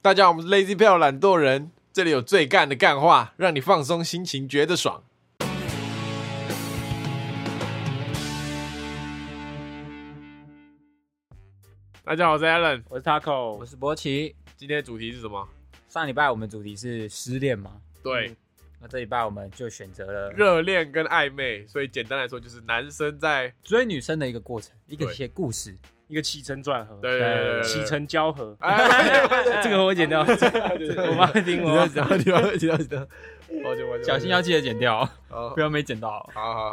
大家好，我们是 Lazy 票懒惰人，这里有最干的干话，让你放松心情，觉得爽。大家好，我是 Alan，我是 Taco，我是博奇。今天的主题是什么？上礼拜我们主题是失恋嘛，对，那这礼拜我们就选择了热恋跟暧昧，所以简单来说就是男生在追女生的一个过程，一个对些故事。一个起承转合，呃对对对对对起承交合，哎，这个我剪掉，哎这 个我妈会听我。讲，你要要讲，抱歉抱歉小心要记得剪掉，好不要没剪到，好好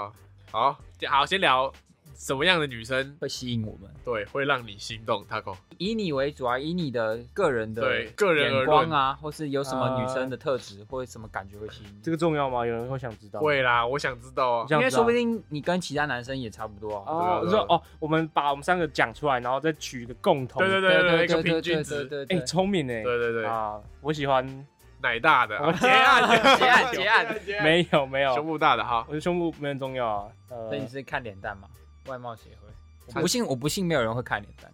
好好好，先聊什么样的女生会吸引我们。对会让你心动？Taco，以你为主啊，以你的个人啊的对个人而论眼光啊，或是有什么女生的特质或者什么感觉会吸引这你。个重要吗？有人会想知道。会啦，我想知道啊这。样因为子啊说不定你跟其他男生也差不多啊。哦，对啊对啊说哦，我们把我们三个讲出来，然后再取一个共同。对对对对，一个平均值对。对哎，对，聪明哎。对对对，啊，我喜欢。奶大的啊，我结 案啊结案结案结案，没有没有胸，部大的哈我。的胸部没很重要啊。呃所以，你是看脸蛋吗？外貌协会，他我不信，我不信没有人会看脸蛋，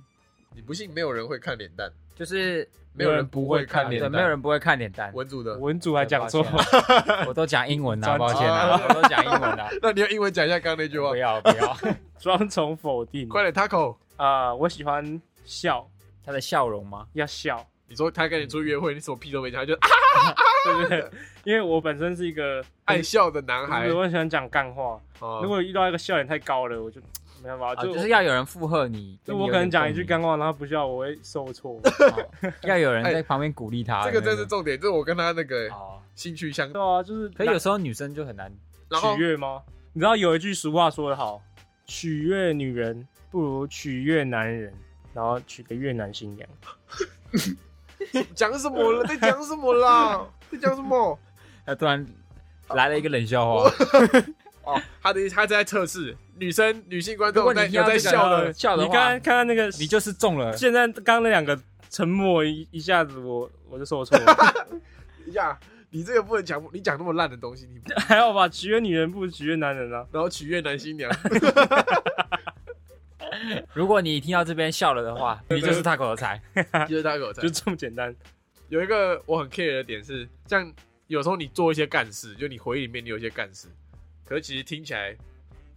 你不信没有人会看脸蛋，就是没有人不会看脸对，蛋，没有人不会看脸蛋。文组的。文组还讲错对，我都讲英文啦，专抱歉啦，我都讲英文啦，那你用英文讲一下刚刚那句话不，要不要。双重否定。啊快点，Taco。啊，我喜欢笑，他的笑容吗？要笑，你说他跟你出去约会，你什么屁都没讲，他就 啊对不对？因为我本身是一个爱笑的男不孩是。我很喜欢讲干话。哦如果遇到一个笑点太高了，我就没办法，啊，就就是要有人附和你，就跟你我有可点能讲一句共干话，然后不笑，我会受挫。鸣，哦要有人在旁边鼓励他。这个真真是重点，这是我跟他那个哦，兴趣相。对啊，就是可是有时候女生就很难，然取后悦吗？你知道有一句俗话说得好，取悦女人不如取悦男人，然后娶个越南新娘。讲什么了？在讲什么啦？在讲什么？她突然来了一个冷笑话。哦，他的意思他在测试女生女性观如众果在你有在笑的呃的，笑的你刚话刚，看看那个，你就是 中了。现在刚刚那两个沉默一一下子我，我就受挫了。呀，你这个不能讲，你讲那么烂的东西，你还好吧，取悦女人不如取悦男人啊。然后取悦男新 娘，如果你听到这边笑了的话，你就是他口的菜。就是他给我猜就这么简单，有一个我很 care 的点是，像有时候你做一些干事，就你回忆里面你有一些干事，可是其实听起来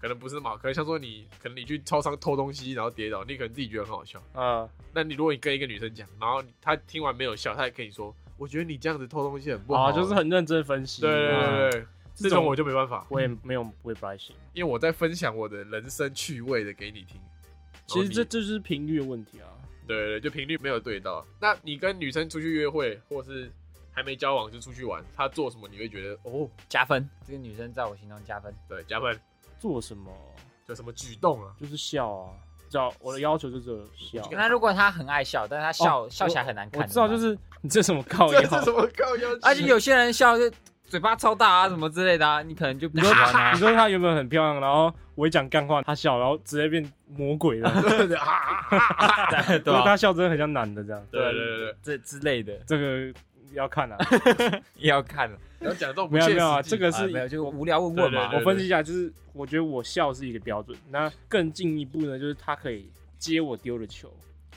可能不是那么好，可能像说你可能你去超商偷东西然后跌倒，你可能自己觉得很好笑。啊，那你如果你跟一个女生讲，然后她听完没有笑，她也跟你说，我觉得你这样子偷东西很不好，啊，就是很认啊真分析。对对对对对，这这种种我就没办法，我也没有，我也不太行。因为我在分享我的人生趣味的给你听。其实这然后这就是频率的问题啊。你对对对，就频率没有对到。那你跟女生出去约会，或是还没交往就出去玩，她做什么你会觉得哦，加分，这个女生在我心中加分。对，加分。做什么有什么举动啊？就是笑啊，知道我的要求就是只有笑。那如果她很爱笑，但是她笑、笑起来很难看，哦我知道，就怎么是你这什么靠这腰？是什么高要求？办，而且有些人笑就嘴巴超大啊什么之类的、啊，你可能就不你喜说欢你啊。说她原本很漂亮，然后我一讲干话，她笑，然后直接变魔 鬼了。对 啊啊啊啊啊对就是她啊，笑真的很像男的这样。对对对对，这之类的这个 要看啊，也要看了。不要讲这种不没切实有没际有啊，这个啊、没有，是就无聊问问嘛。对对我分析一下，就是我觉得我笑是一个标准，那更进一步呢，就是她可以接我丢的球，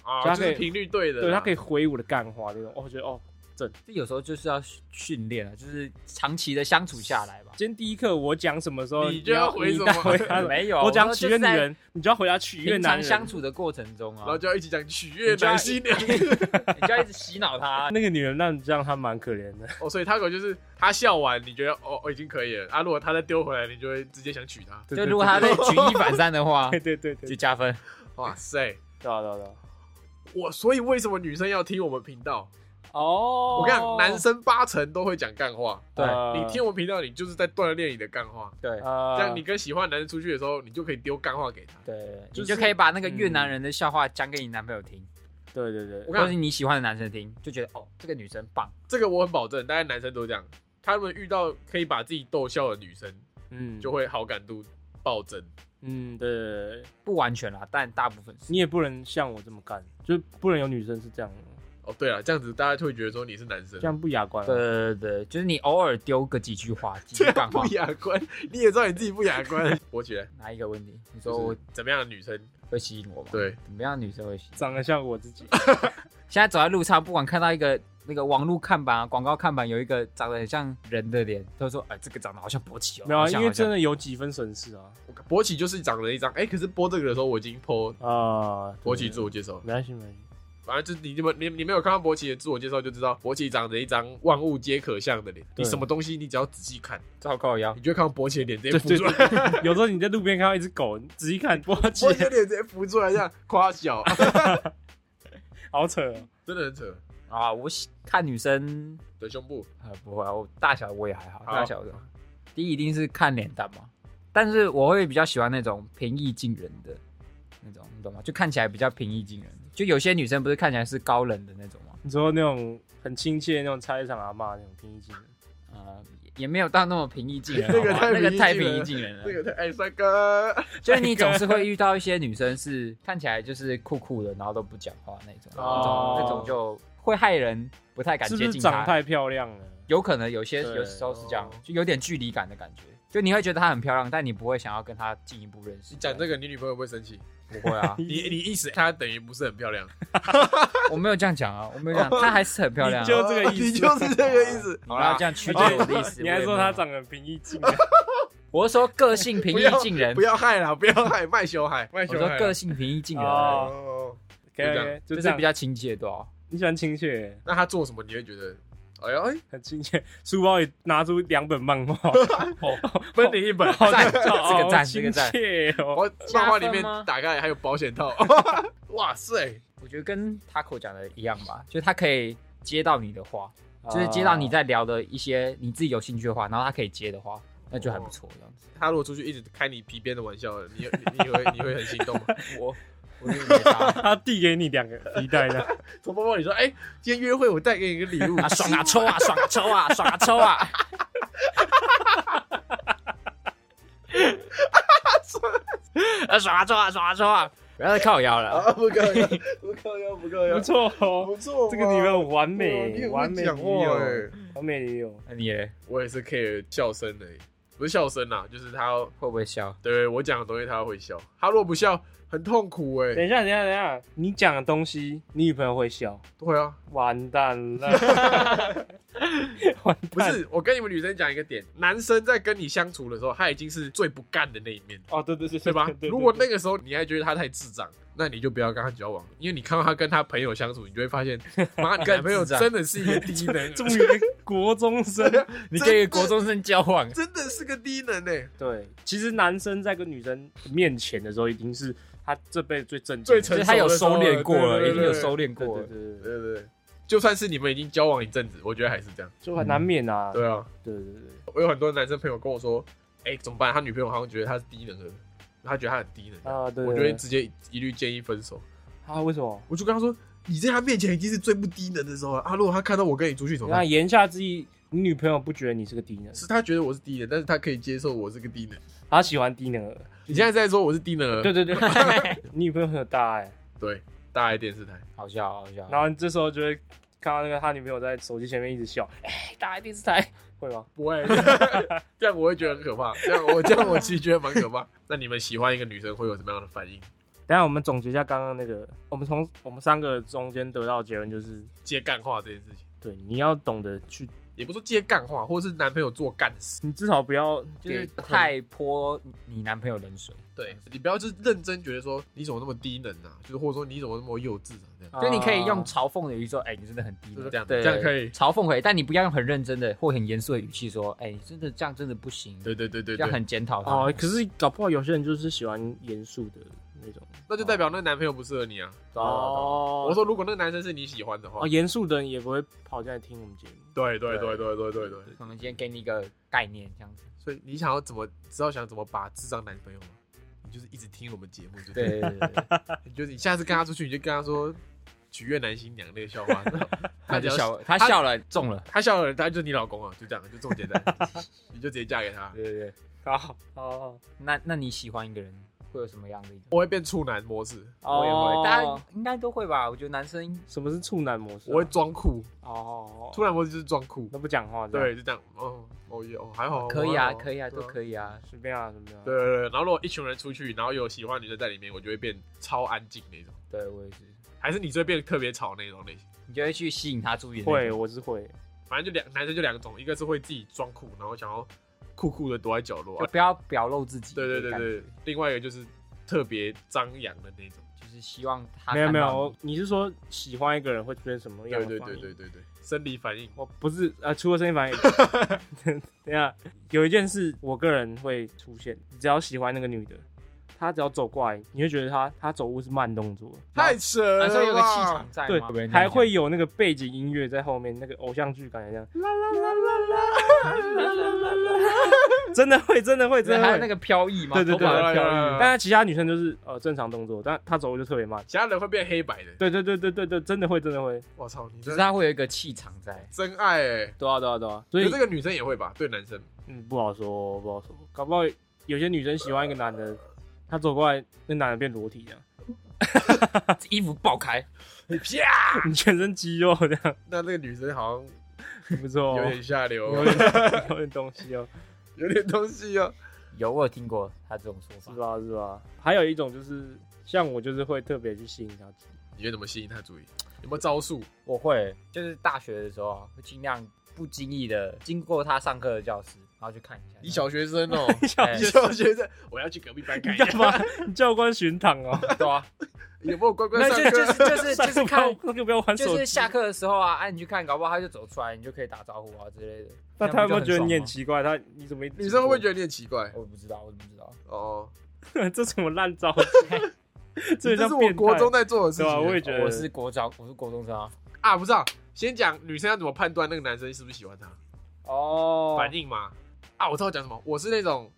啊，他就可以是频率对啊的啦，对她可以回我的干话那种。哦，我觉得哦，这有时候就是要训练啊，就是长期的相处下来吧。今天第一课我讲什么时候，你就要回你什要么回答 什么 没有，我讲说取就悦是女在人，你就要回答取悦平男常人。相处的过程中然后啊，就要一起讲取悦男新娘。 你就要一直洗脑他。啊啊那个女人让这样，她蛮可怜的。哦，所以他可能就是他笑完，你觉得哦哦已经可以了啊，如果他再丢回来，你就会直接想娶她。 对就对如果他在举一反三的话 对，对对对就对，加分。哇塞，对啊对啊对啊。我所以为什么女生要听我们频道？哦我跟你讲，男生八成都会讲干话，对你听我们频道，你就是在锻炼你的干话。对啊这样你跟喜欢的男人出去的时候，你就可以丢干话给他。对，就你是嗯就可以把那个越南人的笑话讲给你男朋友听，对对对我跟你或者讲是你喜欢的男生听，就觉得哦，这个女生棒。这个我很保证，大概男生都这样。他们遇到可以把自己逗笑的女生，嗯就会好感度暴增。嗯对对对对，不完全啦，但大部分是。你也不能像我这么干，就是不能有女生是这样的，哦，对了，这样子大家就会觉得说你是男生这，样不雅观啊。对对对对，就是你偶尔丢个几句话，几 这 样句干话不。雅观。你也知道你自己不雅 观，伯爵，哪一个问题？你说就我是怎么样的女生？会吸引我吗？，对，怎么样的女生会吸引？长得像我自己，现在走在路上，不管看到一个那个网络看板啊、广告看板有一个长得很像人的脸，他就说：“哎、这个长得好像勃起哦。”没有好啊，因像为真好的有几分神似啊勃起就是长了一张，哎、可是播这个的时候我已经播啊！勃起自做，我介绍了，没关系，没关系。反正就是你你们你你没有看到勃起的自我介绍就知道，勃起长着一张万物皆可像的脸，你对什么东西你只要仔细看，像糟糕呀你！就会看到勃起的脸直接对浮出来， 有时候你在路边看到一只狗，你仔细看，哇，其勃起实的脸直接浮出来这样夸 小， 好扯哦。真的很扯。啊，我喜看女生的胸部，啊，不会啊，我大小我也还好，好大小的。第一一定是看脸蛋嘛，但是我会比较喜欢那种平易近人的那种，你懂吗？就看起来比较平易近人。就有些女生不是看起来是高冷的那种吗？你说那种很亲切的那种菜市场阿嬷那种平易近人，呃，也也没有到那么平易近人， 那个好不好太那个平易太近人平易近人了这。个太哎帅哥，就是你总是会遇到一些女生是看起来就是酷酷的，然后都不讲话那种，哦那种那种就会害人不太敢是接不是近长她。太漂亮了？有可能有些对有时候是这样哦，就有点距离感的感觉。就你会觉得她很漂亮，但你不会想要跟她进一步认识。你讲这个，你女朋友会不会生气？，不会啊你你意思她等于不是很漂亮，我没有这样讲啊，我没有这样，她还是很漂亮啊。你就这个意思 你就是这个意 思。啊不要这样曲解我的意思。 你还说我也没她有？长得很平易近人？我是说个性平易近人不，要害啦，不要害，卖羞害，卖我羞说害啦。个性平易近人，哦哦，可以就这样可以，就就这是样比。较亲切，对吧？你喜欢亲切，那他做什么你会觉得，哎呦，哎，很亲切。书包里拿出两本漫画，分你一本，好赞这个赞这亲个赞切哦。我漫画里加分面吗打开来还有保险 套，哇塞，我觉得跟 Taco 讲的一样吧，就是他可以接到你的话，哦哦就是接到你在聊的一些你自己有兴趣的话，然后他可以接的话，那就还不错这样子。他如果出去一直开你皮鞭的玩笑，你你你会你会很心动 吗？我我就没差啊他递给你两个皮带的，从包包里说，哎，今天约会我带给你一个 礼物，啊，爽啊，抽啊，爽啊，抽啊，爽啊，抽啊！ 啊，爽啊，抽啊，爽啊，抽啊！不要再靠腰了， 啊，不够 用，不够用，不够不用，错哦不。错嘛，这个女朋友完哇你美，很完美会讲女话友，哎，完美女友。那你嘞我也是 care 笑声的，不是笑声啦，就是他要会不会笑？对我讲的东西他会笑，他如果不笑很痛苦等哎，一下，等一下，等一下，你讲的东西，你女朋友会笑，对啊。完蛋了，完不蛋。是，我跟你们女生讲一个点，男生在跟你相处的时候，他已经是最不干的那一面了，哦，对 对对，对吧对？对如果对那个时候你还觉得他太智障，那你就不要跟他交往，因为你看到他跟他朋友相处，你就会发现，妈，你 男朋友智障真的是一个低能，欸终于跟国中生， 你跟一个国中生交往，真的是个低能欸呢、对，其实男生在跟女生面前的时候，已经是他这辈子最正经最的、就成是 他有收敛过了，对对对对已经有收敛对过对了。对对，对对对，就算是你们已经交往一阵子，我觉得还是这样。就很难免啊。对啊，对对对，我有很多男生朋友跟我说，哎、怎么办？他女朋友好像觉得他是低能儿，他觉得他很低能，啊对，我就对会直接一律建议分手。啊为什么？我就跟他说，你在他面前已经是最不低能的时候了啊！如果他看到我跟你出去怎么那办？言下之意，你女朋友不觉得你是个低能，是他觉得我是低能，但是他可以接受我是个低能。她喜欢低能儿。你现在在说我是低能儿？对对对，你 女朋友很有大爱、对，大爱电视台，好笑，好笑。然后这时候就会看到那个他女朋友在手机前面一直笑，哎、打开电视台，会吗？不会， 这样我会觉得很可怕。这样我这样我其实觉得蛮可怕。那你们喜欢一个女生会有什么样的反应？等一下我们总结一下刚刚那个，我们从我们三个中间得到的结论就是，接干话这件事情，对，你要懂得去，也不是接干话，或者是男朋友做干事。你至少不要就是给太泼你男朋友冷水，对你不要就是认真觉得说你怎么那么低能啊，就是或者说你怎么那么幼稚啊这样。啊所以你可以用嘲讽的语气说：“哎、你真的很低就是能。”这样对，这样可以嘲讽回，但你不要用很认真的或很严肃的语气说：“哎、你真的这样真的不行。”对对对对要对，很检讨他。哦，可是搞不好有些人就是喜欢严肃的那种那就代表那个男朋友不适合你啊。哦我说如果那个男生是你喜欢的话哦，，严肃的人也不会跑进来听我们节目。对对对对对对对。我们今天给你一个概念，这样子。所以你想要怎么知道想怎么把智障男朋友吗？你就是一直听我们节目就对了，对对对对，你就是你下次跟他出去，你就跟他说取悦男新娘那个笑 话，他就只要笑，他笑了，中了。他笑了，他就是你老公啊，就这样，就这么简单， 你就直接嫁给他。对对对，好，哦，那那你喜欢一个人会有什么样的一个？我会变处男模式， 我也会，大哦家应该都会吧？我觉得男生什么是处男模式啊、我会装酷，哦，处男模式就是装酷，都不讲话，对，，就这样。哦哦也哦还好，可以啊，可以啊，哦都以。可以啊。随便啊，随便啊。对对对，然后如果一群人出去，然后有喜欢的女生在里面，我就会变超安静那种，对我也是，还是你就会变得特别吵那种类型。你就会去吸引他注意的那会，种。我是会，反正就两男生就两种，一个是会自己装酷，然后想要酷酷的躲在角落、就啊，不要表露自己。对对对，对，另外一个就是特别张扬的那种，就是希望他没有看没到有你，你是说喜欢一个人会出现什么样对对的反对应对对对，生理反应，我不是呃，除了声音反应，等一下有一件事，我个人会出现，只要喜欢那个女的，她只要走过来，你会觉得她她走路是慢动作，太扯了吧，男生有个气场在对嘛，，还会有那个背景音乐在后面，那个偶像剧感觉这样，啦啦啦啦啦啦啦啦啦，真的会，真的会，真对，的还有会那。个飘逸嘛，对对对，头发有的有飘有有逸。但是其他女生就是呃正常动作，但她走路就特别慢。其他人会变黑白的。对对对对对对，真的会真的会。我操，你就这是他会有一个气场 在。真爱哎！对啊对啊对啊，所可以是这个女生也会吧？对男 生，嗯，不好说，不好说，搞不好有些女生喜欢一个男的，他走过来，那男的变裸体这样，衣服爆开，啪！你全身肌肉这样，那那个女生好不错、像有哦，点下流有哦，点有点东西哦， 有点东西哦。有我有听过他这种说是法，吧是吧？还有一种就是像我就是会特别去吸引他，你觉得怎么吸引她注意？有没有招数？我会就是大学的时候啊，会尽量不经意的经过他上课的教室，然后去看一下。你小学生哦，小你哎小学生，我要去隔壁班看你一 下干嘛？你教官巡堂哦，对啊， 有没有乖乖那上就就课是？就是就上 是课不看要，那个不要玩手就是机。下课的时候啊，哎、你去看，搞不好他就走出来，你就可以打招呼啊之类的。那他有没有觉得你念很奇怪？他你怎么女生会不会觉得你很奇怪？啊我不知道，我怎么知道？哦，得 这什么 烂招？这这很像是我变国态中在做的事对吧？我也情觉得我是国招，我是国中生啊。啊，不知道。先讲女生要怎么判断那个男生是不是喜欢她，哦反应嘛。啊，我知道我讲什么。我是那种，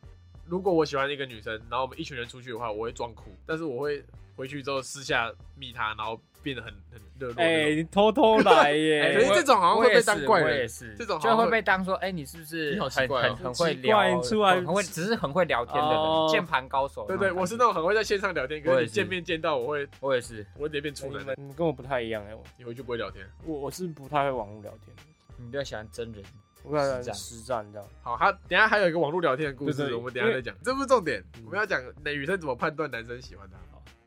如果我喜欢一个女生，然后我们一群人出去的话，我会装酷，但是我会回去之后私下密她，然后变得很很热络那种。哎、你偷偷来哎可是耶！这种好像我会也被是当怪我也人，是，这种好就像会会被当说，哎，你是不是你好奇很怪哦很很会很奇怪聊，出来很会，只是很会聊天的哦人，键盘高手。对对，种我是感觉那种很会在线上聊天，可我是也你是见面见到我会，我也是，我会直接变处你男们，你们跟我不太一样哎、我你回去不会聊天。我我是不太会网络聊天的，你比较喜欢真人，我比较实喜欢战实战这样。好，他等一下还有一个网络聊天的故对事，对我们等一下再讲，这不是重点嗯，我们要讲女生怎么判断男生喜欢她。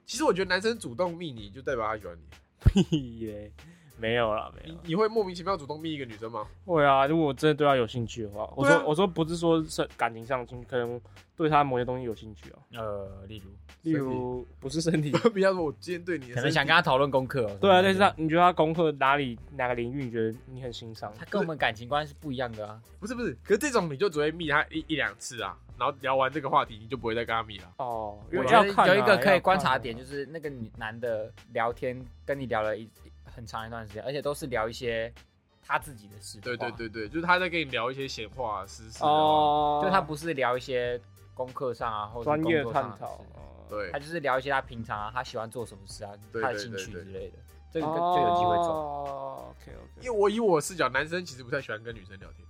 其实我觉得男生主动密你就代表他喜欢你，屁 耶、没有啦，没有你啦。啊你会莫名其妙主动密一个女生吗？ 会啊，如果我真的对他有兴趣的话，我对说、啊我说不是说是感情上的兴趣，可能对他某些东西有兴趣啊，呃，例如例如不是身体，比方说，我今天对你的可能身体想跟他讨论功课哦，对啊，类什么似之他的，你觉得他功课哪里哪个领域你觉得你很欣赏？他跟我们感情观是不一样的啊。不是不是，可是这种你就只会密他一一两次啊，然后聊完这个话题你就不会再跟他密了。哦，我要觉觉看啊得有一个可以观察点，就是是那个女男的聊天跟你聊了一很长一段时间，而且都是聊一些他自己的事。对对，对对，就是他在跟你聊一些闲话啊私事的话哦，啊就他不是聊一些功课上啊，或者专业工作上探的讨事，哦对他，就是聊一些他平常啊，他喜欢做什么事啊，对他的对兴对趣对之类的，这个就就有机会中。哦，OK 因 OK，为我以我视角，男生其实不太喜欢跟女生聊天。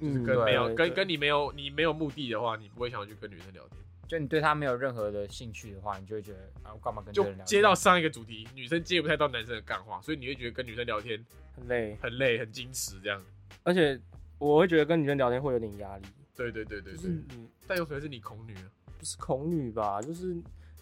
就是跟对没有跟嗯对跟你没有你没有目的的话，你不会想要去跟女生聊天。就你对他没有任何的兴趣的话，你就会觉得啊，我干嘛跟这个就人聊天？接到上一个主题，女生接不太到男生的干话，所以你会觉得跟女生聊天很累，很累、很矜持这样。而且我会觉得跟女生聊天会有点压力，对对对对就是对，你但有可能是你恐女啊，不是恐女吧，就是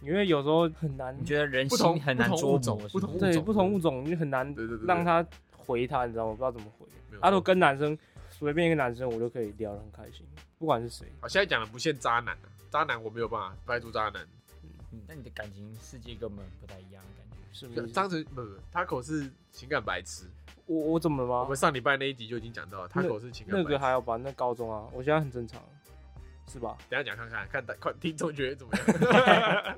你会有时候很难你，觉得人不同心很难不同捉物种摸，不是不是同物对种不同物种你很难对对对对让他回他，你知道吗？我不知道怎么回。没有他都错。跟男生随便一个男生，我都可以聊得很开心，不管是谁。好，现在讲的不限渣男啊，渣男我没有办法排除渣男。嗯那你的感情世界跟我们不太一样的感觉。是不是？张成不不，他口是情感白痴。我我怎么我了吗们？上礼拜那一集就已经讲到了，他口是情感啊那白痴个。还好吧，那高中啊，我现在很正常，是吧？等一下讲看看，看大快听众觉得怎么 样？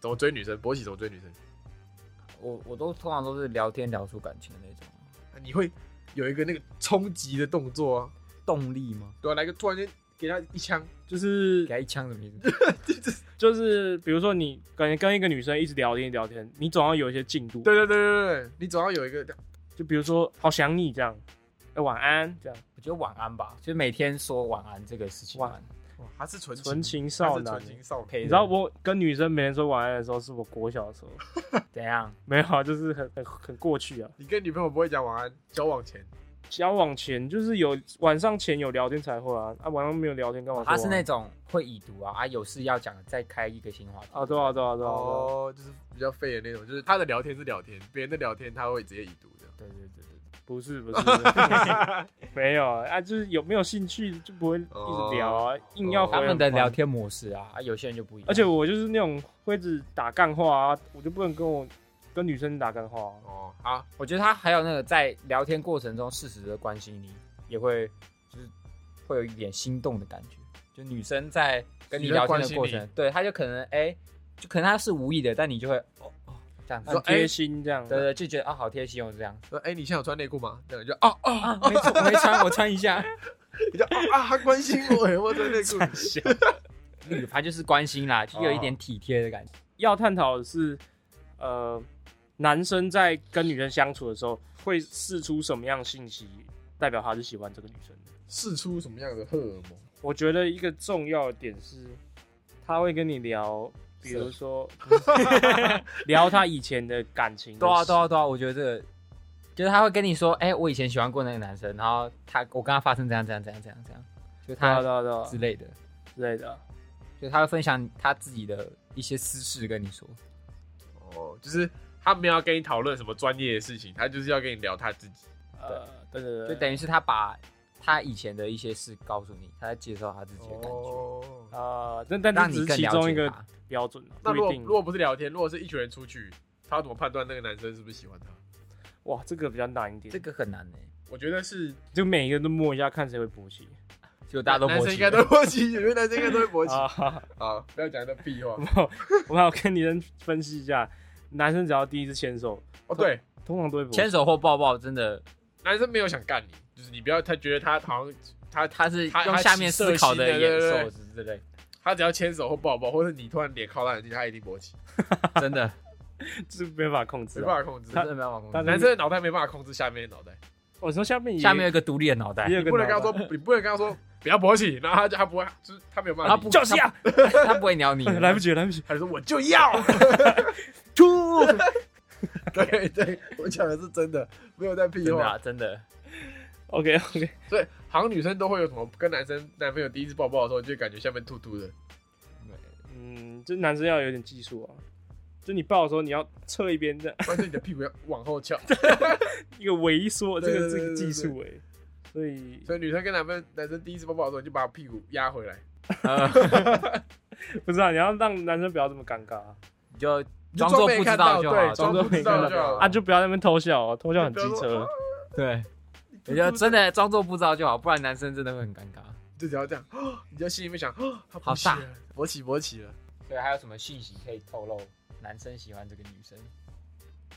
怎么追女生？博喜怎么追女生？我我都通常都是聊天聊出感情的那种你会有一个那个冲击的动作啊。动力吗？对啊，来个突然间给他一枪，就是给他一枪什么意思？ 就是，比如说你感觉跟一个女生一直聊天一直聊天，你总要有一些进度。对对对对对，你总要有一个就比如说好想你这样，哎、晚安这样，我觉得晚安吧，就是每天说晚安这个事情。晚安，哇，他是纯纯情情少他男是纯欸。情少配男。你知道我跟女生每天说晚安的时候，是我国小的时候， 怎样？没有啊，就是很很很过去啊。你跟女朋友不会讲晚安，交往前哦交往前就是有晚上前有聊天才会啊，啊晚上没有聊天干嘛说晚安？他是那种会已读啊啊，有事要讲再开一个新话题啊，对啊，对啊，对啊，对啊哦，就是比较废的那种，就是他的聊天是聊天，别人的聊天他会直接已读的。对对对对不是不是， 没有啊，就是有没有兴趣就不会一直聊啊，硬要哦回他们的很烦聊天模式啊，啊有些人就不一样，而且我就是那种会一直打干话啊，我就不能跟我跟女生打干话、啊。哦，好，我觉得他还有那个在聊天过程中适时的关心你，也会就是会有一点心动的感觉。就女生在跟你聊天的过女生关心程，对，她就可能哎、就可能她是无意的，但你就会哦哦这样子很，贴心这样，对对，就觉得啊好贴心哦这样。说哎、你现在有穿内裤吗？这样就哦哦，啊，没错，没穿，我穿一下。 你就啊啊，他关心我，有没有穿内裤？笑。嗯反正就是关心啦，就有一点体贴的感觉。要探讨的是，呃，男生在跟女生相处的时候会试出什么样的信息，代表他是喜欢这个女生的。试出什么样的荷尔蒙？我觉得一个重要的点是，他会跟你聊，比如说嗯聊他以前的感情的对啊，事对啊，对啊，我觉得这个就是他会跟你说，哎、我以前喜欢过那个男生，然后他我跟他发生怎样怎样怎样怎样怎样，就对啊，他对啊，对啊之类的。之类的。就他会分享他自己的一些私事跟你说。哦，就是他没有要跟你讨论什么专业的事情，他就是要跟你聊他自己。呃，对对就对，等于是他把他以前的一些事告诉你，他在介绍他自己的感觉，哦，啊，但但让这只你是更其了中一解个他。标准啊，那不如一果定如。果不是聊天，如果是一群人出去，他要怎么判断那个男生是不是喜欢他？哇，这个比较难一点，这个很难呢、欸我觉得是就每一个都摸一下，看谁会勃起就大家都男默生应契该了。都会勃起，有些男生应该都会勃起。啊。 哈哈好，不要讲那屁话。我还要跟女生分析一下，男生只要第一次牵手，哦，对，通常都会勃起牵手或抱抱，真的男生没有想干你，就是你不要他觉得他好像他他是他用下面思他起色考心的眼对对神之类，他只要牵手或抱抱，或者你突然脸靠他很近，他一定勃起，真的是没办法控制、没啊。办法控制真。的没办法他控制。男生的脑袋没办法控制下面的脑袋，我说下面也下面有一个独立的脑袋也，有你个不能跟脑他袋说，你不能跟他说不要勃起，然后他就他不会，就是他啊没有办法他理不你，就是呀，，他不会鸟你 来不及了，来不及了，他就说我就 要。吐。 对对，我讲的是真的，没有在屁真的话。啊真的。 OK OK，所以好像女生都会有什么跟男生男朋友第一次抱抱的时候，就感觉下面突突的。嗯，就男生要有点技术啊，就你抱的时候你要侧一边这样， 但是你的屁股要往后翘，一个萎缩，这对个对这个对技对术哎、所以所以女生跟男朋友男生第一次抱抱的时候，你就把屁股压回来， 呃，不知道、你要让男生不要这么尴尬啊，你就你就装作没不知看道到，就对，好，装装作作不知没道看就好。啊就不要在那边偷笑哦，偷笑很机不要车说。对， 你就真的装作不知道就好，不然男生真的会很尴尬。就只要这样，你就心里面想，哦他好勃起大了，勃起勃起了所以还有什么讯息可以透露男生喜欢这个女生？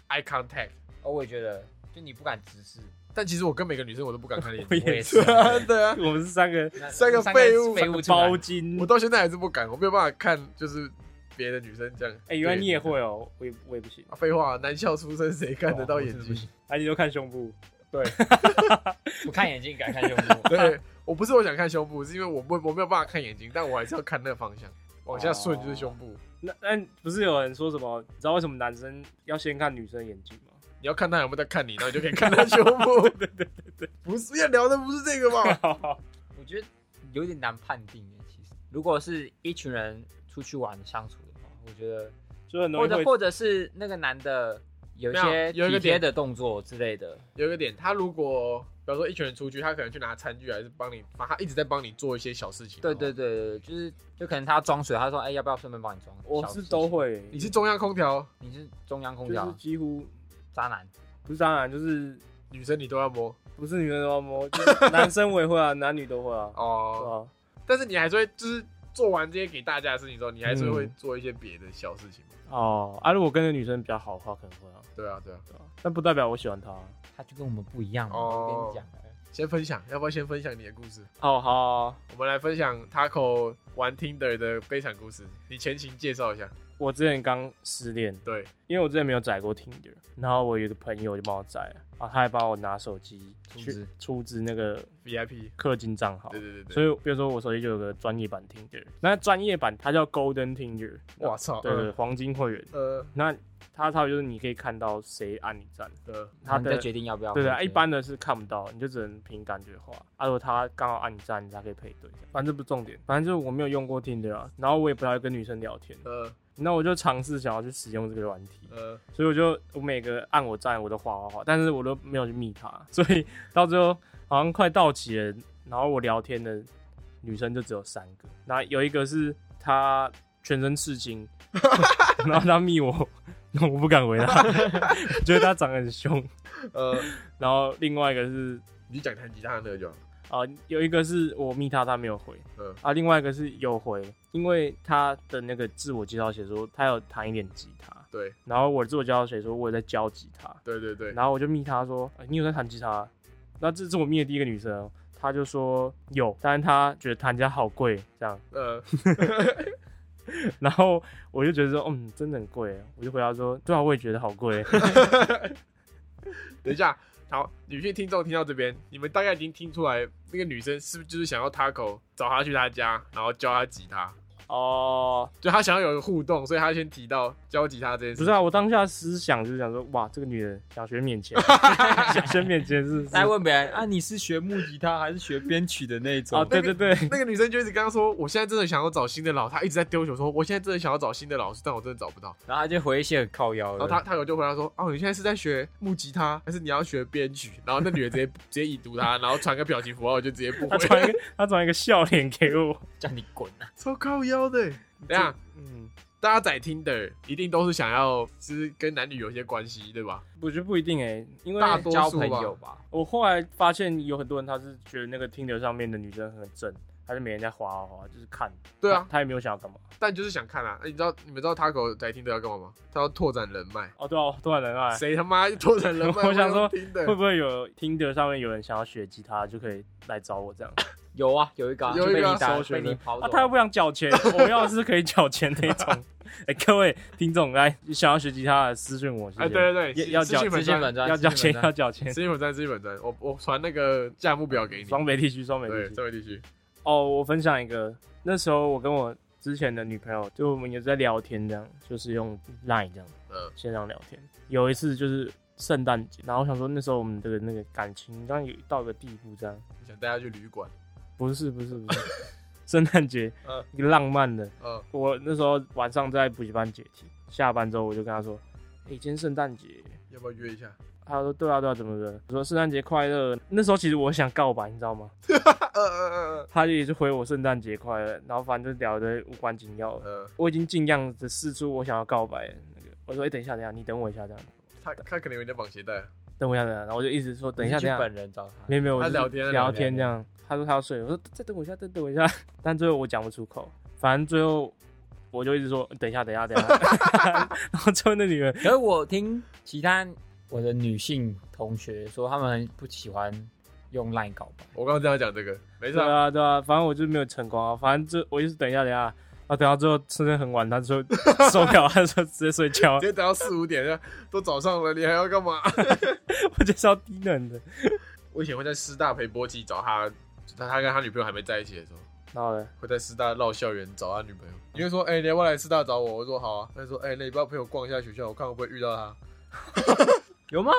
，eye contact。哦，我也觉得，就你不敢直视，但其实我跟每个女生我都不敢看脸我睛，也是 对啊，我们是三个那三个三废物废物出来包金我，到现在还是不敢，我没有办法看就是别的女生这样。哎、原来对你也会哦，我也我也不行。啊？废话，男校出身谁看得到哇我眼真的睛不？行哎，你就看胸部，不看眼睛，敢看胸 部。对，我不是我想看胸部，是因为我不我没有办法看眼睛，但我还是要看那个方向，往下顺就是胸部。那那不是有人说什么？你知道为什么男生要先看女生眼睛 吗？你要看他有没有在看你，然后你就可以看他胸部。对对对对，不是要聊的不是这个吧？我觉得有点难判定耶，其实如果是一群人出去玩相处的话，我觉得就很容或易者会或者是那个男的有一哦没些有有一个体贴点的动作之类的，有一个点，他如果比方说一群人出去，他可能去拿餐具，还是帮你，他一直在帮你做一些小事情。对对，对对，对就是就可能他装水，他说哎要不要顺便帮你装？我小是事情都，会，你是中央空调，你是中央空就调是几乎渣男，不是当然就是女生你都要摸不是女生都要 摸，就是男生我也会啊，男女都会啊，对哦，吧？但是你还是会就是做完这些给大家的事情之后，你还是会嗯做一些别的小事情嘛。哦，啊，如果跟那女生比较好的话，可能会啊，对啊，对啊。对吧？但不代表我喜欢她。啊他就跟我们不一样嘛。哦我跟你讲，先分享，要不要先分享你的故事？哦，好啊，我们来分享 Taco 玩 Tinder 的悲惨故事，你前情介绍一下。我之前刚失恋，对，因为我之前没有载过 Tinder，然后我有一个朋友就帮我载了，啊，他还帮我拿手机充去值出资那个 VIP，氪金账号对，对对对，所以比如说我手机就有个专业版 Tinder，那专业版它叫 Golden Tinder，我操，对对，黄金会员。呃，那它的差别就是你可以看到谁按啊你站，呃，它他再的决定要不要。对对，一般的是看不到，你就只能凭感觉画。啊，如果他刚好按你站，你才可以配对这样。反正这不是重点，反正就是我没有用过 Tinder 啊，然后我也不太会跟女生聊天，呃，那我就尝试想要去使用这个软体，呃，所以我就我每个按我站我都画画画，但是我都没有去密她，所以到最后好像快到期了，然后我聊天的女生就只有三个，那有一个是她全身刺青，然后她密我，我不敢回她，觉得她长得很凶，呃， 然后另外一个是。你讲弹吉他的那个就好了。啊、有一个是我密他，他没有回嗯啊，另外一个是有回，因为他的那个自我介绍写说他有弹一点吉他，对，然后我自我介绍写说我有在教吉他，对对对，然后我就密他说、哎你有在弹吉他啊？那这是我密的第一个女生哦，她就说有，但是她觉得弹吉他好贵这样，呃，然后我就觉得说嗯，真的很贵，我就回答说对啊，我也觉得好贵，等一下，好，女性听众听到这边，你们大概已经听出来，那个女生是不是就是想要 Taco 找他去他家，然后教他吉他？哦、就他想要有一个互动，所以他先提到教吉他这件事。不是啊，我当下思想就是想说哇，这个女人想学免钱， 想学免钱是不是来问别人啊，你是学木吉他还是学编曲的那一种？啊，对对对。那个女生就一直跟他说：“我现在真的想要找新的老师。”她一直在丢球说：“我现在真的想要找新的老师，但我真的找不到。然后他就回一些很靠”腰然的。后他他有就回答说：“哦，你现在是在学木吉他，还是你要学编曲？”然后那女的直接 直接已读他，然后传个表情符号就直接不他回，传一个他传一个笑脸给我，叫你滚啊！超靠腰的。欸 等一下嗯，大家在听的一定都是想要就是跟男女有一些关系，对吧？我觉得不一定哎、因为大多交数吧朋友吧，我后来发现有很多人他是觉得那个听流上面的女生很正，他就每天在滑啊滑，就是看，对啊他，他也没有想要干嘛。但就是想看啊。哎你知道你们知道 Taco 在听的要干嘛吗？他要拓展人脉。哦，对啊，我突然人爱，谁他妈拓展 人脉？我想说听会的不会有听流上面有人想要学吉他就可以来找我这样？有啊，有一个啊有一个就被你打搜寻被的你跑啊，走。他又不想 缴钱，我要是可以缴钱那种。哎、各位听众来，想要学吉他的私信我，谢谢。哎，对对对，要要私讯讲粉资讯砖粉砖，要缴资讯钱，啊粉要砖缴钱。私信粉砖，私信粉砖，我我传那个价目表给你。双北地区，双北地对，区。这位地区，哦，我分享一个，那时候我跟我之前的女朋友，就我们也在聊天，这样就是用 Line 这样嗯线上聊天。有一次就是圣诞节，然后我想说那时候我们的那个感情刚有到一个地步，这样想带他去旅馆，不是不是 不是圣诞节嗯，一个浪漫的。嗯，我那时候晚上在补习班解题，下班之后我就跟她说：“哎、今天圣诞节。”要不要约一下？她说：“对啊对啊，怎么的？”我说：“圣诞节快乐。”那时候其实我想告白，你知道吗？呃呃她也是回我圣诞节快乐，然后反正就聊的无关紧要的呃。呃，我已经尽量的试出我想要告白的那个，我说哎、诶等一下，等一下，你等我一下，这样，他他可能有点绑鞋带，等我一下，等一下，然后我就一直说等一下，你去等一下，本人找他。没有没有，我他就是聊天聊聊天天这样，他说他要睡，我说再等我一下，再等我一下， 但最后我讲不出口，反正最后我就一直说等一下，等一下，等一下， 然后最后那女人，可是我听其他我的女性同学说，他们很不喜欢用 LINE 告白。我刚刚这样讲这个，没事对啊，啊对啊，反正我就没有成功啊，反正就我一直等一下，等一下，然后等到最后真的很晚，他说受不了，他说直接睡觉直，接等到四五点，都早上了，你还要干嘛？ 我就是要低能的，我以前会在师大陪波奇找他，他他跟他女朋友还没在一起的时候，然后呢，会在师大绕校园找他女朋友。你会说，哎，你要不要来师大找我？我说好啊。他就说，哎，那你不要陪我逛一下学校，我看会不会遇到他？有吗？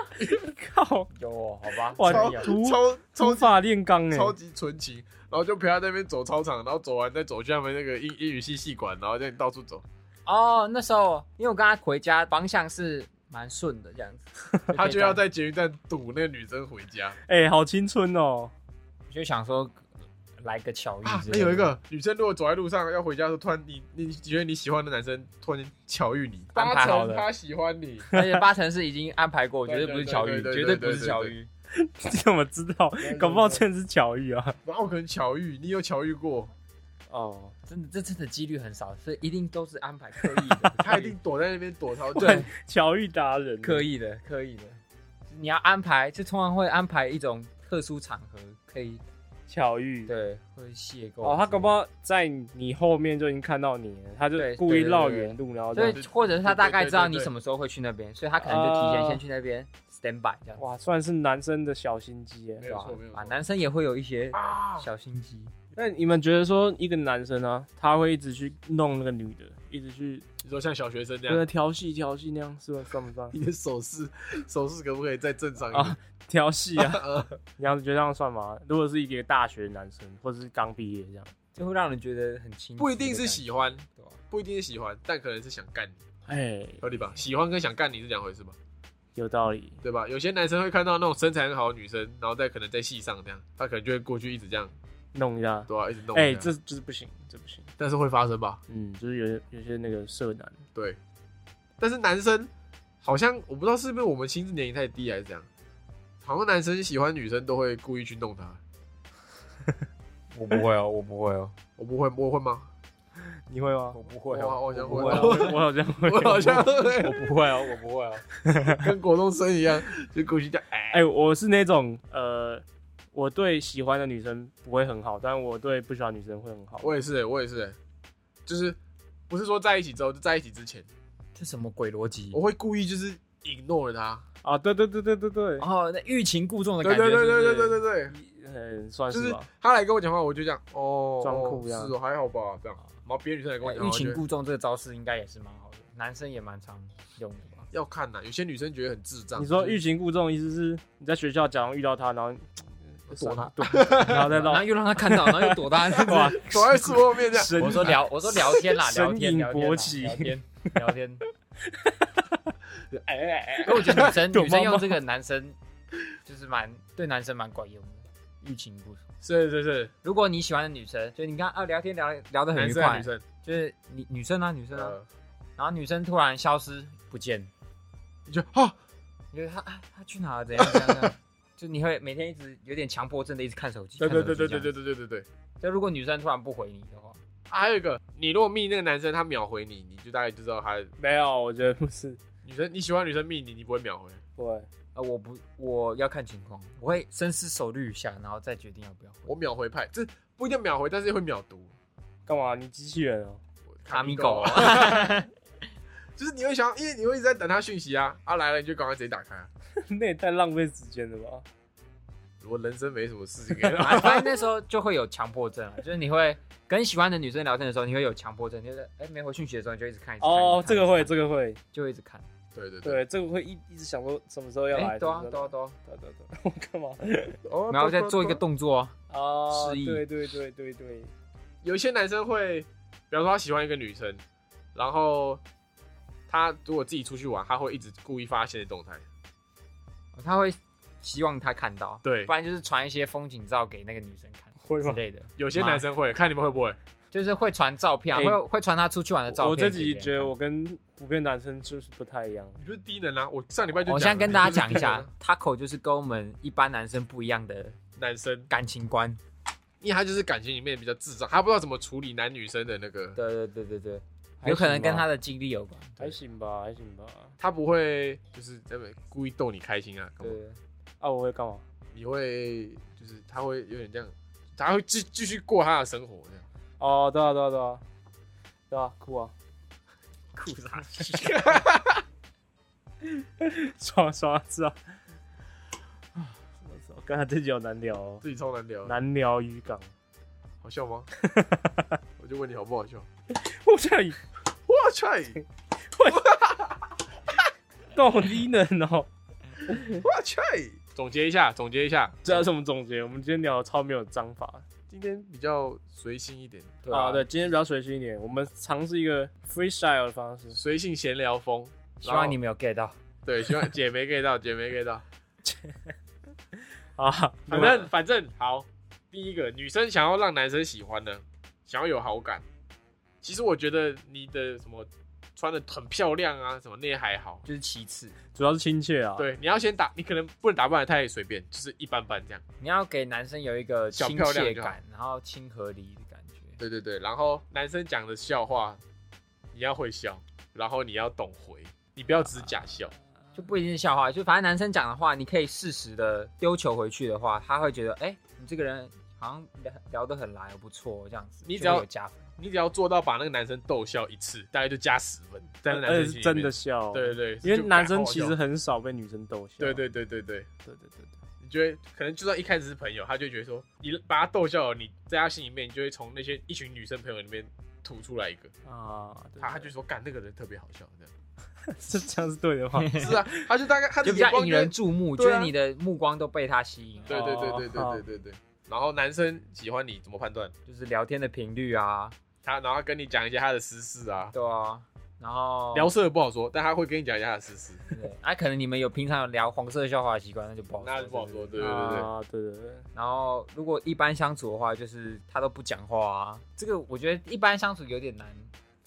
靠，有哦，好吧。哇真超 的有毒超头超发炼钢哎，超级纯情，然后就陪他在那边走操场，然后走完再走去他们那个英英语系系馆，然后这样到处走。哦，那时候因为我跟他回家方向是蛮顺的，这样 子，他就要在捷运站堵那个女生回家哎、好青春哦！就想说来个巧遇啊！之那类的有一个女生，如果走在路上要回家的时候，突然你你觉得你喜欢的男生突然间巧遇你，安八排好成的他喜欢你， 而且八成是已经安排 过，对绝对不是巧对遇，对对绝对对对不是巧对遇。 怎么知道对对？搞不好真的是巧遇啊！然后可能巧遇，你有巧遇过，，哦，真的，这真的几率很少，所以一定都是安排刻意的 他一定躲在那边躲超久。对巧遇达人，啊刻意的，刻意的。你要安排，这通常会安排一种特殊场合，可以巧遇。对，会邂逅。哦，他搞不好在你后面就已经看到你了，他就对故意对对绕对远路，然后这所样以或者是他大概知道对对对你对对什么时候会去那边，所以他可能就提前先去那边 stand by 这样子，哇，算是男生的小心机耶。没对有吧错，没有？啊，错。男生也会有一些啊，小心机，那你们觉得说一个男生啊，他会一直去弄那个女的，一直去你说像小学生那对，样，调戏调戏那样是吧？算不算你的手势 手势可不可以再正常一点？呃啊？调戏啊， 你要是觉得这样算吗？如果是一个大学男生，或者是刚毕业这样，就会让人觉得很亲。不一定是喜欢，对吧不一定是喜欢，但可能是想干你，哎，合理吧？喜欢跟想干你是两回事吧？有道理。对吧？有些男生会看到那种身材很好的女生，然后再可能在戏上这样，他可能就会过去一直这样，弄一下。对吧、一直弄。哎、这就是不行，这不行。但是会发生吧？嗯，就是有有些那个色男，对。但是男生好像我不知道是不是我们心智年龄太低还是怎样，好像男生喜欢女生都会故意去弄她。我不会哦，我不会哦，我不会，我会吗？你会吗？我不会我哦，好像我不会会我哦，我好像会。我好像会我不会哦，我不会哦， 跟国中生一样，就故意这样。哎、 哎、我是那种呃，我对喜欢的女生不会很好，但我对不喜欢的女生会很好。我也是、欸我也是、就是不是说在一起之后，就在一起之前，这什么鬼逻辑我？会故意就是 ignore 她。啊，对对对对对对，啊哦，那欲擒故纵的对感觉对是不对是，对对对对对。嗯，算就是是吧。他来跟我讲话，我就这样哦，装酷哦这样是哦，还好吧，这样。然后别的女生来跟我讲话，哎我欲觉擒得故纵这个招式应该也是蛮好的，男生也蛮常用的吧？要看啊呐，有些女生觉得很智障。你说就是欲擒故纵，意思是你在学校假装遇到他，然后呃躲他，躲，然 后再然后绕又让他看到，然后又躲他。 哇，躲在树后面这样，神 我说聊，我说聊天 啦，神聊天，影聊天啦，勃起聊天，聊天。哎哎哎，因为我觉得女 生躲女生猫猫用这个，男生就是蛮对男生蛮管用的，欲擒故纵。 是是 是，如果你喜欢的女生，就你看啊，聊天聊聊得很男愉生啊快女，生，就是女女生啊，女生啊，呃，然后女生突然消失不见，你 就啊，你觉得她啊她去哪了？怎样？怎样怎样就你会每天一直有点强迫症的一直看手机。对对看手对对机这对样对对对对对。就如果女生突然不回你的话，啊还有一个，你如果密那个男生，他秒回你，你就大概就知道他没有，我觉得不是，女生你喜欢女生密你，你不会秒回。对，呃，我不，我要看情况，我会深思熟虑一下，然后再决定要 不要回。我秒回派，这不一定秒回，但是会秒读。干嘛？你机器人哦？ 我卡米狗，啊， 就是你会想，因为你会一直在等他讯息啊，啊来了你就赶快直接打开啊。那也太浪费时间了吧？我人生没什么事情可以 啊反正那时候就会有强迫症啊，就是你会跟喜欢的女生聊天的时候，你会有强迫症，就是哎、没回讯息的时候，你就一直看，一直看哦一，直看这个会，一直这个会，看就会一直看。对对对。对，这个会一一直想说什么时候要哎、来，对啊什么，时对候啊，来对对啊，对对，我干嘛？哦然后再做一个动作啊，啊，示意对对对对对，有一些男生会，比方说他喜欢一个女生，然后他如果自己出去玩，他会一直故意发现的动态。他会希望他看到，对不，然就是传一些风景照给那个女生看会之吗？类的，有些男生会，看你们会不会。就是会传照片啊，哎会会传他出去玩的照片。我这集觉得我跟普遍男生就是不太一样，你就是低能啊！我上礼拜就我先跟大家讲一你 下就是，Taco 就是跟我们一般男生不一样的低能啊男生，感情观。因为他就是感情里面比较智障，他不知道怎么处理男女生的那个，对对对对对，有可能跟他的的经历有关。还行吧，还行吧。他不会就是在那边故意逗你开心啊，干嘛对，啊，我会干嘛？你会就是他会有点这样，他会继继续过他的生活这样。哦，对啊，对啊，对啊，对啊，酷啊，裤子 啊爽爽是啊。刚才这集好难聊哦，自己超难聊的，难聊渔港。好笑 吗？我就问你好不好笑？我在我去，到低能哦。我去。总结一下，总结一下，这要什么总结？我们今天聊得超没有章法今天比较随性一点，对啊！对，，今天比较随性一点，我们尝试一个 freestyle 的方式。随性闲聊风。希望你们有 get 到。对，希望姐没 get 到， 姐没 get 到。啊，反正反正好，第一个女生想要让男生喜欢的，想要有好感。其实我觉得你的什么穿的很漂亮啊，什么那些还好。就是其次，主要是亲切啊。，对，你要先打，你可能不能打扮的太随便，就是一般般这样。你要给男生有一个小亲漂亮切就好感，然后亲和力的感觉。对对对，然后男生讲的笑话，你要会笑，然后你要懂回，你不要只假笑。就不一定是笑话，就反正男生讲的话，你可以适时的丢球回去的话，他会觉得，哎、你这个人好像聊聊得很来，哦不错，这样子，你只就会要有加分。你只要做到把那个男生逗笑一次，大概就加十分，在那男而生心且是里真面的笑。哦对对对，因为就男感生好其实笑很少被女生逗笑。对对对对对，对对对对，你觉得可能就算一开始是朋友，他就觉得说你把他逗笑了，你在他心里面，你就会从那些一群女生朋友里面吐出来一个，啊，对他他就说干那个人特别好笑，这样这 这样是对的话，是啊，他就大概他的就比较眼光引就会人注目，对就啊是你的目光都被他吸引了，对啊对对对对对对对。然后男生喜欢你怎么判断？就是聊天的频率啊，他然后跟你讲一些他的私事啊，对啊，然后聊色不好说，但他会跟你讲一下他的私事，对啊，可能你们有平常有聊黄色笑话的习惯，那就不好，那就不好说。。对对对对，啊，对对对，然后如果一般相处的话，就是他都不讲话啊，这个我觉得一般相处有点难。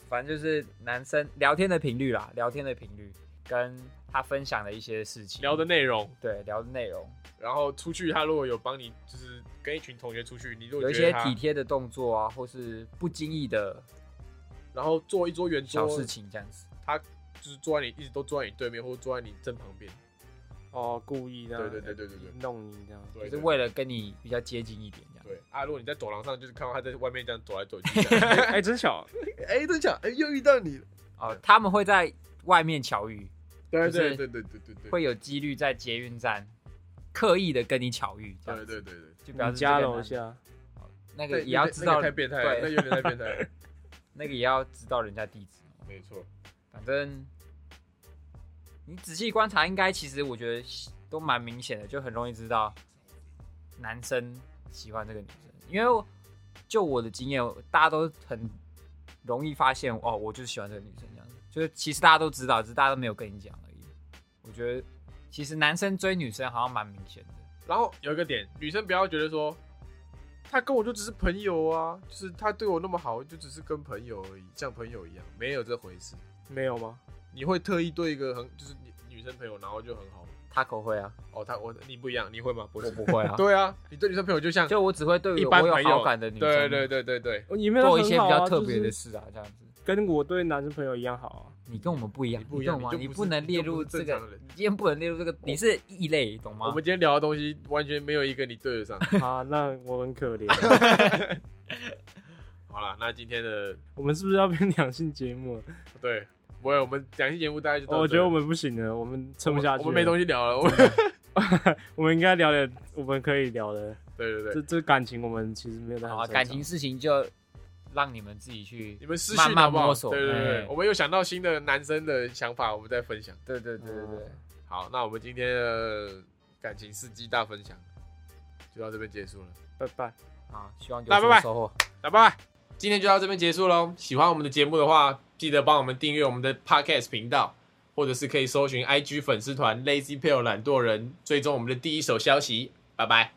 反正就是男生聊天的频率啦，聊天的频率跟他分享的一些事情，聊的内容，对聊的内容，然后出去他如果有帮你，就是跟一群同学出去，你如有果一觉得些他体，贴的动作啊，或是不经意的然后做一桌圆小桌，事情这样子。就是坐在你一直都坐在你对面，或者坐在你正旁边，哦，故意的，对对对对对对弄你这样，对，就是对为了跟你比较接近一点这样。对啊，如果你在走廊上，就是看到他在外面这样走来走去这样，哎，真巧，哎，真巧，哎，又遇到你了，哦，他们会在外面巧遇，对就是对对对对对对，会有几率在捷运站刻意的跟你巧遇，这对样子对对对，就表你示家这个男楼下，那那个也要知道那个太变态了，那对，有点太变态了，那个也要知道人家地址。没错，反正你仔细观察，应该其实我觉得都蛮明显的，就很容易知道男生喜欢这个女生，因为就我的经验，大家都很容易发现哦，我就是喜欢这个女生这样子，就是其实大家都知道，只是大家都没有跟你讲而已。我觉得其实男生追女生好像蛮明显的，然后有一个点，女生不要觉得说，他跟我就只是朋友啊，就是他对我那么好，就只是跟朋友而已，像朋友一样，没有这回事。没有吗？你会特意对一个很就是女女生朋友，然后就很好吗他口会啊，哦，他我你不一样，你会吗？不我是，不会啊，对啊，你对女生朋友就像 就我只会对一我般有朋友好感的女生对对对对对，哦你没有做一很些好比较啊特别就的是事啊，这样子。跟我对男生朋友一样好啊。你跟我们不一样，你不一样你懂吗？你就不是不能列你就入不这是个正常，人你今天不能列入这个，你是异类，懂吗？我们今天聊的东西完全没有一个你对得 上。啊，那我很可怜。啊好啦，那今天的我们是不是要变两性节目了？哦对，不会，我们两期节目大概就到这我觉得我了们不行了，我们撑不下去我们没西，东西聊了。 我们我们应该聊点我们可以聊的。对对这对，这感情我们其实没有在好很啊，擅感长情事情就让你们自己去你。们私慢讯慢好不好摸？索对对对哎，我们有想到新的男生的想法，我们再分享。对对对对啊对，好，那我们今天的感情事迹大分享就到这边结束了，拜拜。好，希望有那拜所拜收获。拜拜。今天就到这边结束喽。喜欢我们的节目的话，记得帮我们订阅我们的 Podcast 频道，或者是可以搜寻 IG 粉丝团 Lazy p a l e 懒惰人，追踪我们的第一手消息。拜拜。